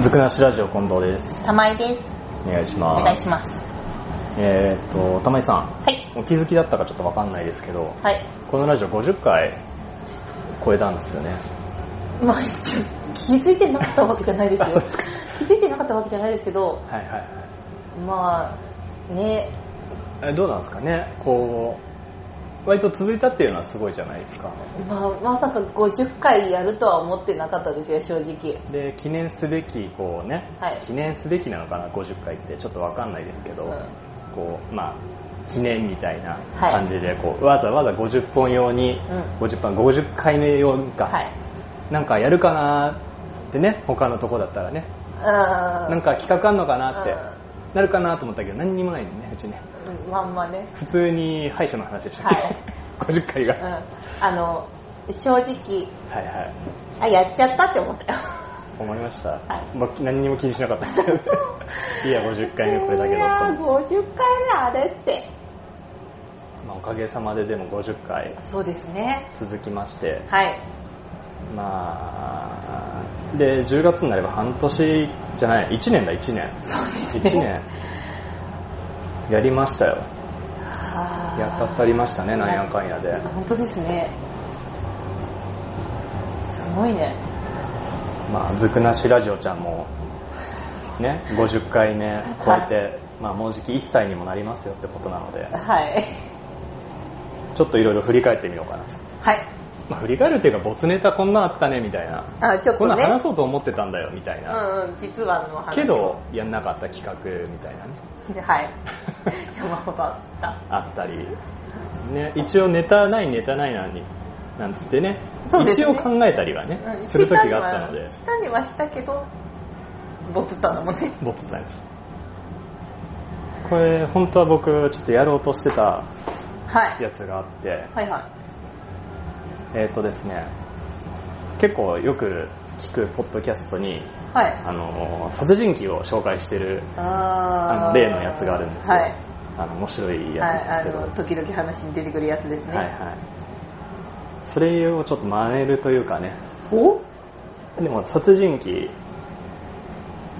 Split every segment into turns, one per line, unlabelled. ずくなしラジオ近藤です。
玉井です。
お願いし
お
ます。
願いします。
えーっと、玉井さん、
はい。
お気づきだったかちょっとわかんないですけど、
はい。
このラジオ50回超えたんですよね。
まあ、一応気づいてなかったわけじゃないです
あそ
よ
うですか。
気づいてなかったわけじゃないですけど、
はいはい
まあ、ね、
はい。えどうなんですかねこう、割と続いたっていうのはすごいじゃないですか。
まあ、まさか50回やるとは思ってなかったですよ、正直。
で、記念すべき、こうね、
はい
記念すべきなのかな、50回ってちょっとわかんないですけど、
うん
こう、まあ、記念みたいな
はい
感じで、こう、わざわざ50本用に、
うん
50本、50回目用か、
はい。
なんかやるかなーってね他のとこだったらね
な
なんか企画あんのかなって
う
なるかなと思ったけど何にもないんでねうちね
ん、まあまあね。
普通に歯医者の話でしたっけ、50回
う
が、
ん。
は
あの、正直、
いはい
あ、やっちゃったって思ったよ。
思いました、
はい
ま何にも気にしなか ったけどいや50回目これだけ
いやー、
どと、
50回目あれって。
まあ、おかげさまででも50回
そうですね。
続きまして
はい。
まあで10月になれば半年じゃない1年だ1年
そうです
1
ね。
年やりましたよや
や
ったったりましたねなんやかんやで
本当ですねすごいね
まあ、ずくなしラジオちゃんも、ね、50回目超えて、まあ、もうじき1歳にもなりますよってことなので、
はい
ちょっといろいろ振り返ってみようかな。
はい
まあ、振り返るっていうか、没ネタこんなんあったね、みたいな。
あちょっ
ことんなん
ね
話そうと思ってたんだよ、みたいうな。
んうん実はの話
けど、やんなかった企画、みたいなね。
はい山ほどあった
あったり。ね、一応ネタないネタないなに、なんつってね。
そうです
一
ね
応考えたりはね、
うん
する時があったので、
したにはしたにはしたけどボツったんだもんね
没ネタです。これ、本当は僕、ちょっとやろうとしてた
はい
やつがあって、
はいは
えっ、とですね、結構よく聞くポッドキャストに、
いはい
あのー、殺人鬼を紹介してる、あの、
あー
例のやつがあるんですよ。
はい
あの、面白い
は
や
いあ
つですけど。は
の時々話に出てくるやつです
い、
ね、
はい、それをちょっと真似るというかね。
お
でも、殺人鬼、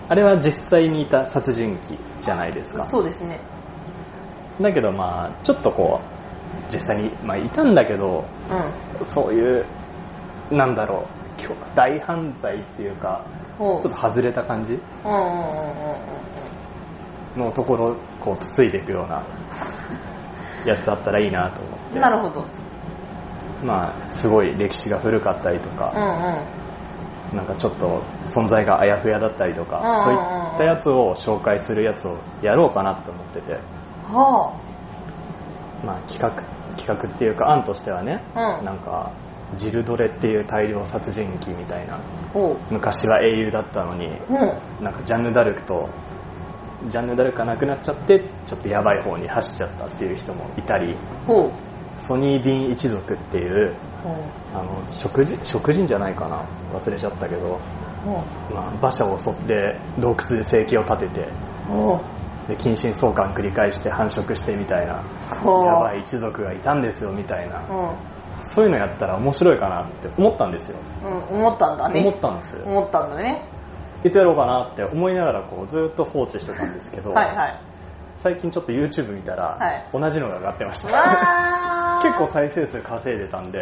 あれは実際にいた殺人鬼じゃないですか。
そうですね
だけど、まあちょっとこう、実際に、まあいたんだけど、
うん
そういう、なんだろう、きょ大犯罪っていうか、
お
ちょっと外れた感じ
うんうんうんうんうん
のところをこうつついていくようなやつだったらいいなと思って
なるほど。うん
まあすごい歴史が古かったりと
う
か、
ん。
なんかちょっと存在があやふやだったりとか、
うん
そういったやつを紹介するやつをやろうかなと思ってて、
は
まあ、企画企画っていうか案としてはね、
うん
なんかジルドレっていう大量殺人鬼みたいな
あ。ほう。
昔は英雄だったのに
うん。
なんかジャンヌ・ダルクとジャンヌ・ダルクがなくなっちゃってちょっとやばい方に走っちゃったっていう人もいたり
ほう。
ソニー・ディーン一族っていう
ほう。
あの食人食人じゃないかな忘れちゃったけど、
ほ
まあ、馬車を襲って洞窟で生計を立てて
う。ほう。
で近親相関繰り返して繁殖してみたいな
ほう。
やばい。一族がいたんですよみたいな
う
そういうのやったら面白いかなって思ったんですよ
ん。うん。思ったんだね。
思ったんです
思ったんだね。
いつやろうかなって思いながらこうずっと放置してたんですけど
はいはい。
最近ちょっと YouTube 見たら、
はい
同じのが上がってました
わ ー
結構。再生数稼いでたんで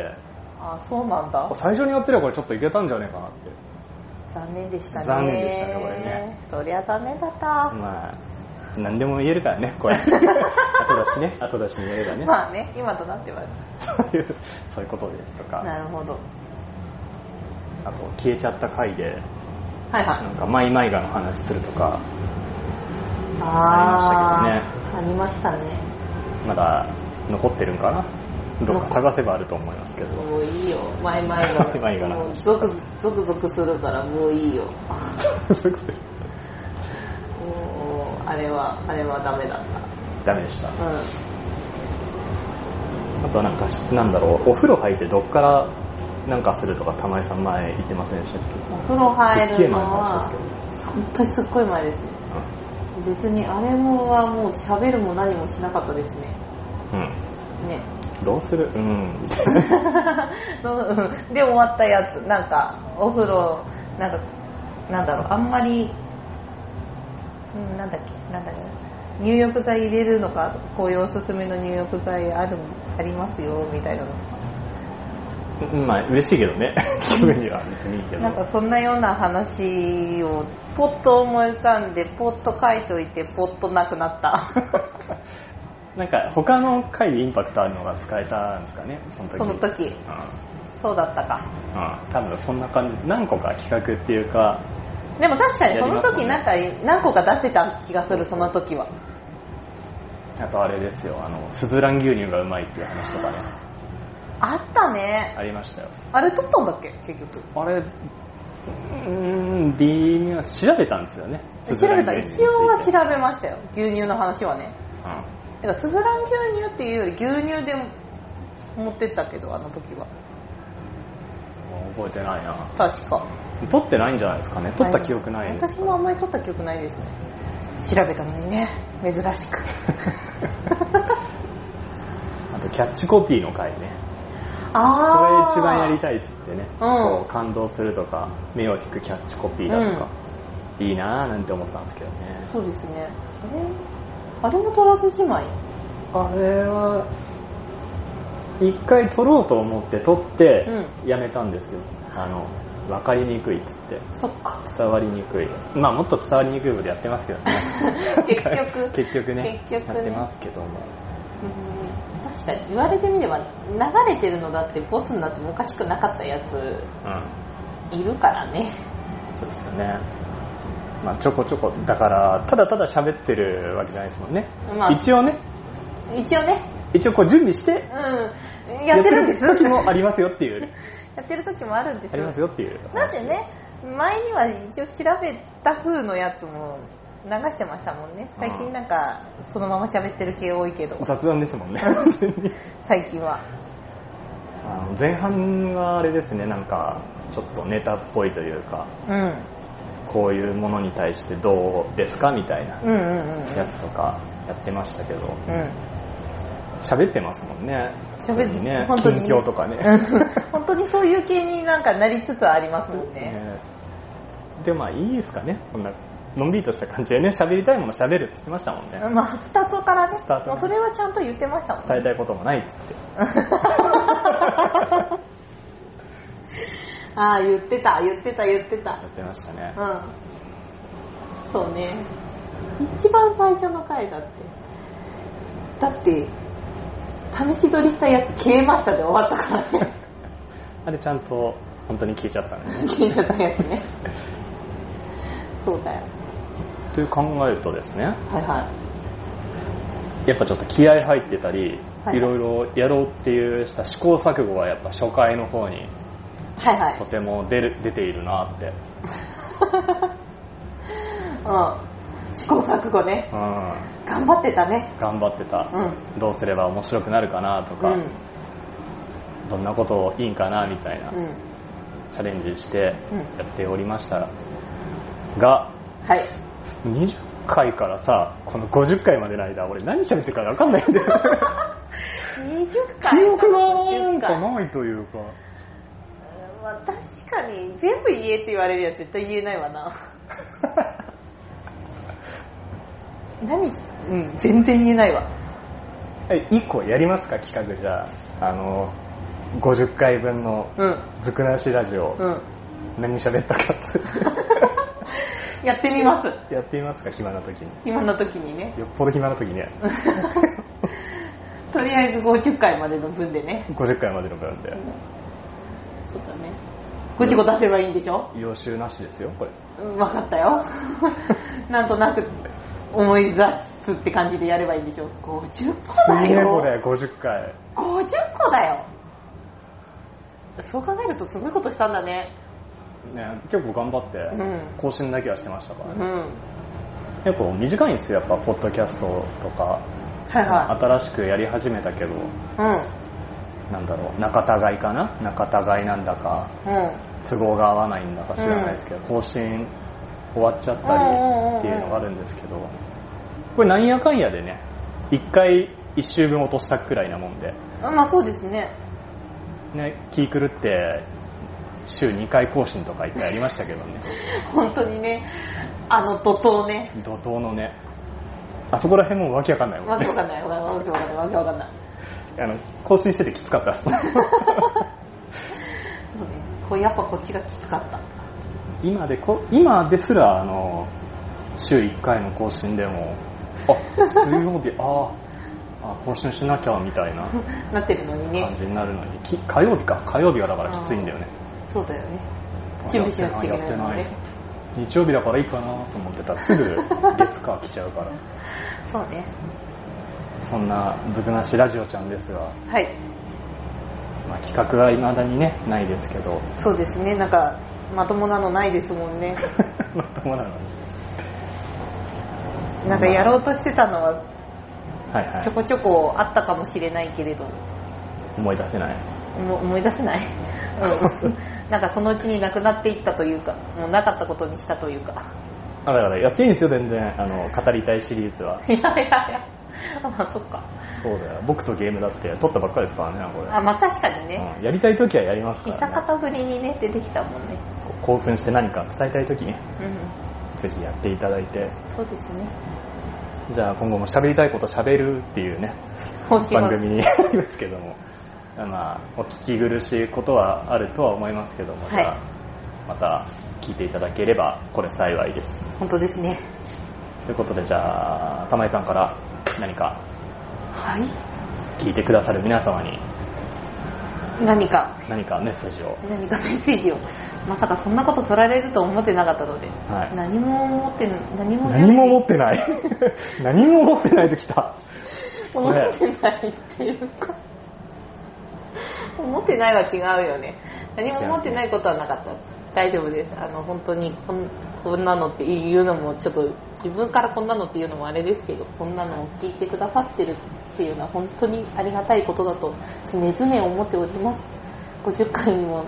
あ、そうなんだ。
最初にやってればこれちょっといけたんじゃねえかなって
残念でしたね。
残念でしたねこれね。
そりゃ残念だった。
まあ何でも言えるからね これ後出しね後出しに言えればね、
まあね、今となっては。
そういうそういうことですとか
なるほど。
あと消えちゃった回で
はいはい。
なんかマイマイガの話するとか
あ
あ
ーありましたね。
まだ残ってるんかなどっか探せばあると思いますけど
もういいよ、マイマイ が。
マイマイがな
もうゾクゾクゾクするからもういいよ。 もう、あれは、あれはダメだっ
ダメでした
た。うん。
あとはなんかしなんだろうお風呂入ってどっからなんかするとか玉井さん前言ってませんでしたっけ
お風呂入
すっげえ
るの
前の
は
話です、
本当にすっごい前ですね。
けど
別にあれもはもう喋るも何もしなかったですね。
うん、
ね。
うんどうするうん みたい
うんで、終わったやつ。なんか、お風呂、なんか、なんだろうあんまり、うん、なんだっけなんだっけ入浴剤入れるのかこういうおすすめの入浴剤あるありますよみたいなのとか
うんまあ嬉しいけど ね気分には別にいいけど
なんかそんなような話をポッと思い浮かんでポッと書いといてポッとなくなった
なんか他の回でインパクトあるのが使えたんですかねその時
その時
うん、う
そうだったか
ん、多分そんな感じ何個か企画っていうか
でも確かにその時
や
なんか何個か出せた気がするその時は
あとあれですよあのスズラン牛乳がうまいっていう話とかね
あったね
ありましたよ
あれ取ったんだっけ結局
あれうーん D には調べたんですよね
調べた一応は調
べ
べましたよ牛乳の話はねだからすずらん牛乳っていうより牛乳で持ってったけどあの時は
うん覚えてないな
確か
撮ってないんじゃないですかね撮った記憶ないです
私もあんまり取った記憶ないですね調べたのにね珍 しく
あとキャッチコピーの回ねこれ
ああ
一番やりたいっつってね、こ
うん
う感動するとか目を引くキャッチコピーだとか、いいなぁなんて思ったんですけどね
そうですねあれあれも取らずじまい
あれは一回撮ろうと思って撮ってやめたんですよ、あの分かりにくいっつって
そっか
伝わりにくいまあもっと伝わりにくいことやってますけどね
結局
結局ね
結局ね
やってますけども
うん確かに言われてみれば流れてるのだってボツになってもおかしくなかったやつ
うん
いるからね
そうですよね。まあ、ちょこちょこ、だから、ただただ喋ってるわけじゃないですもんね。
まあ
一応ね、
一応ね
一応こう準備して、
うんやってるんです
やってる時もありますよっていう、
やってる時もあるんです
ありますよっていう。
なんでね前には一応調べた風のやつも流してましたもんね最近なんかそのまま喋ってる系多いけど
雑談ですも んね。
最近は
あの前半はあれですね、なんか、ちょっとネタっぽいというか、
うん
こういうものに対してどうですかみたいな
うんうんうん
やつとかやってましたけど、
うん
喋ってますもんね。
喋
普
っ
通にね、
本当にね
近況とかね。
本当にそういう系になんかなりつつありますもんね
ねでまあいいですかねこんなのんびりとした感じでね喋りたいもの喋るって言ってましたもんね
まあスタートからね
スタートね
もうそれはちゃんと言ってましたもんね
伝えたいこともないっつって
ああ言ってた言ってた言ってた
やってましたね
うんそうね一番最初の回だってだって試し撮りしたやつ消えましたで終わったから ね
あれちゃんと本当に聞いちゃったんでね
消えちゃったやつねそうだよ
という考えるとですね
はいは
やっぱちょっと気合入ってたり、
はい
いろいろやろうっていうした試行錯誤がやっぱ初回の方に
いはいはい
とても出る出ているなって、
うん試行錯誤ね
うん、
頑張ってたね
頑張ってた、
うん
どうすれば面白くなるかなと
う
か、
ん
どんなことをいいんかなみたいな、
うん
チャレンジして
うん
やっておりましたが
はい
20回からさこの50回までの間俺何喋ってるか分かんないんだよ
20
記
回
憶がなん
20
か
回
ないというか
まあ確かに全部言えって言われるやつ絶対言えないわな何うん全然言えないわ
1個やりますか企画じゃああの50回分の
うん
ずくなしラジオ、
うん
何喋ったかつ
やってみます
やってみ ますか暇な時に
今の時に ね
よっぽど暇な時にね
とりあえず50回までの分でね
50回までの分で
そうだねごちご出せばいいんでしょ
予習なしですよこれ
うん分かった よなんとなく思い出すって感じでやればいいんでしょ50個だ
すげえ
よ
これ50回
50個だよそう考えるとすごいことしたんだね
ね結構頑張って
うん
更新だけはしてましたからね、
うん
結構短いんですよやっぱポッドキャストとか、
はいは
新しくやり始めたけど
いうん
なんだろう仲違いかな仲違いなんだか
うん
都合が合わないんだか知らないですけど、更新終わっちゃった
うんうんうんうん
りっていうのがあるんですけどこれなんやかんやでね1回1週分落としたくらいなもんで、
まあそうですね
ね、気狂って週2回更新とか一回ありましたけどね。
本当にね、あの怒涛ね。
怒涛のね。あそこら辺もわけわかんないも
わ
ん
け
ね
わ。かんない、わけわかんない、わけわかんない。
あの、更新しててきつかったっ す。
そうね、こうやっぱこっちがきつかった。
今でこ、今ですら、あの、週1回の更新でも、あ、水曜日、あーあ、更新しなきゃ、みたいな
なってるのに
感
ね。
じになるのに、き火曜日か。火曜日がだからきついんだよね。
そうだよね。準備しなくちゃいけないの
や
で
ってない。日曜日だからいいかなと思ってたらすぐ月火来ちゃうから。
そうね。
そんなずくなしラジオちゃんですが、
はい。
まあ、企画は未だにね、ないですけ ど、
そうですね、なんか、まともなのないですもんね。
まともなのに。
なんかやろうとしてたのは、
はいは
ちょ
い。
こちょこあったかもしれないけれど、
思い出せない。
思思い出せない。うん なんかそのうちになくなっていったというか、もうなかったことにしたというか。
あだからやっていいんですよ、全然。あの、語りたいシリーズは。
いやいやいや、まあそっか。
そうだよ。僕とゲームだって撮ったばっかりですからね、これ。
あ、まあ確かにね、
うんやりたい時はやりますか
久
ら、ね。
方ぶりにね、出てきたもんね。
こう興奮して何か伝えたい時に、
うん、
ぜひやっていただいて、
そうですね。
じゃあ今後も喋りたいこと喋るっていうね、
方針は
番組にありますけども、 まあ、お聞き苦しいことはあるとは思いますけども、
はい
じゃあまた聞いていただければこれ幸いです。
本当ですね。
ということで、じゃあ、玉井さんから何か
はい。
聞いてくださる皆様に
何か、
何かメッセージを。
何かメッセージを。まさかそんなこと振られると思ってなかったので、
はい
何も思って、何も
何も持ってない 何も持ってないときた。
思ってないっていうか思ってないは違うよね何も思ってないことはなかった大丈夫ですあの本当にこんこんなのって言うのもちょっと自分からこんなのっていうのもあれですけどこんなのを聞いてくださってるっていうのは本当にありがたいことだと常々思っております50回にも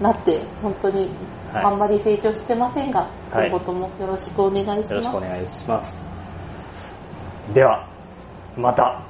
なって本当に
はい
あんまり成長してませんが、
はい
今後ともよろしくお願いします、
よろしくお願いします。では、また。